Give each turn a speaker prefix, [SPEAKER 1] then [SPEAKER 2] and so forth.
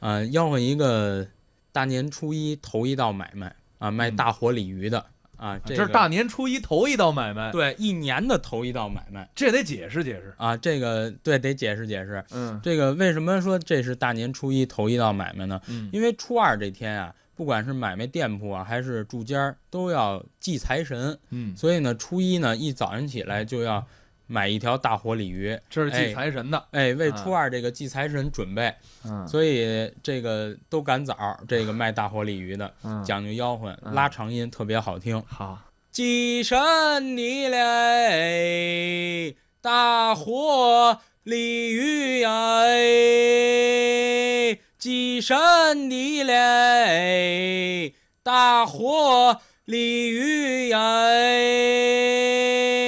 [SPEAKER 1] 呃，吆喝一个大年初一头一道买卖啊，卖大火鲤鱼的啊，
[SPEAKER 2] 嗯这
[SPEAKER 1] 个
[SPEAKER 2] 是大年初一头一道买卖，
[SPEAKER 1] 对一年的头一道买卖
[SPEAKER 2] 这也得解释解释。
[SPEAKER 1] 啊，这个对得解释解释，
[SPEAKER 2] 嗯
[SPEAKER 1] 这个为什么说这是大年初一头一道买卖呢？
[SPEAKER 2] 嗯
[SPEAKER 1] 因为初二这天啊，不管是买卖店铺啊，还是住家儿，都要祭财神，
[SPEAKER 2] 嗯，
[SPEAKER 1] 所以呢，初一呢一早上起来就要买一条大火鲤鱼，
[SPEAKER 2] 这是祭财神的。
[SPEAKER 1] 哎，为
[SPEAKER 2] 啊
[SPEAKER 1] 初二这个祭财神准备。
[SPEAKER 2] 嗯
[SPEAKER 1] 所以这个都赶早儿，这个卖大火鲤鱼的
[SPEAKER 2] 嗯
[SPEAKER 1] 讲究吆喝，
[SPEAKER 2] 嗯
[SPEAKER 1] 拉长音特别好听。
[SPEAKER 2] 好，
[SPEAKER 1] 祭神你嘞，大火鲤鱼哎，祭神你嘞，大火鲤鱼哎。哎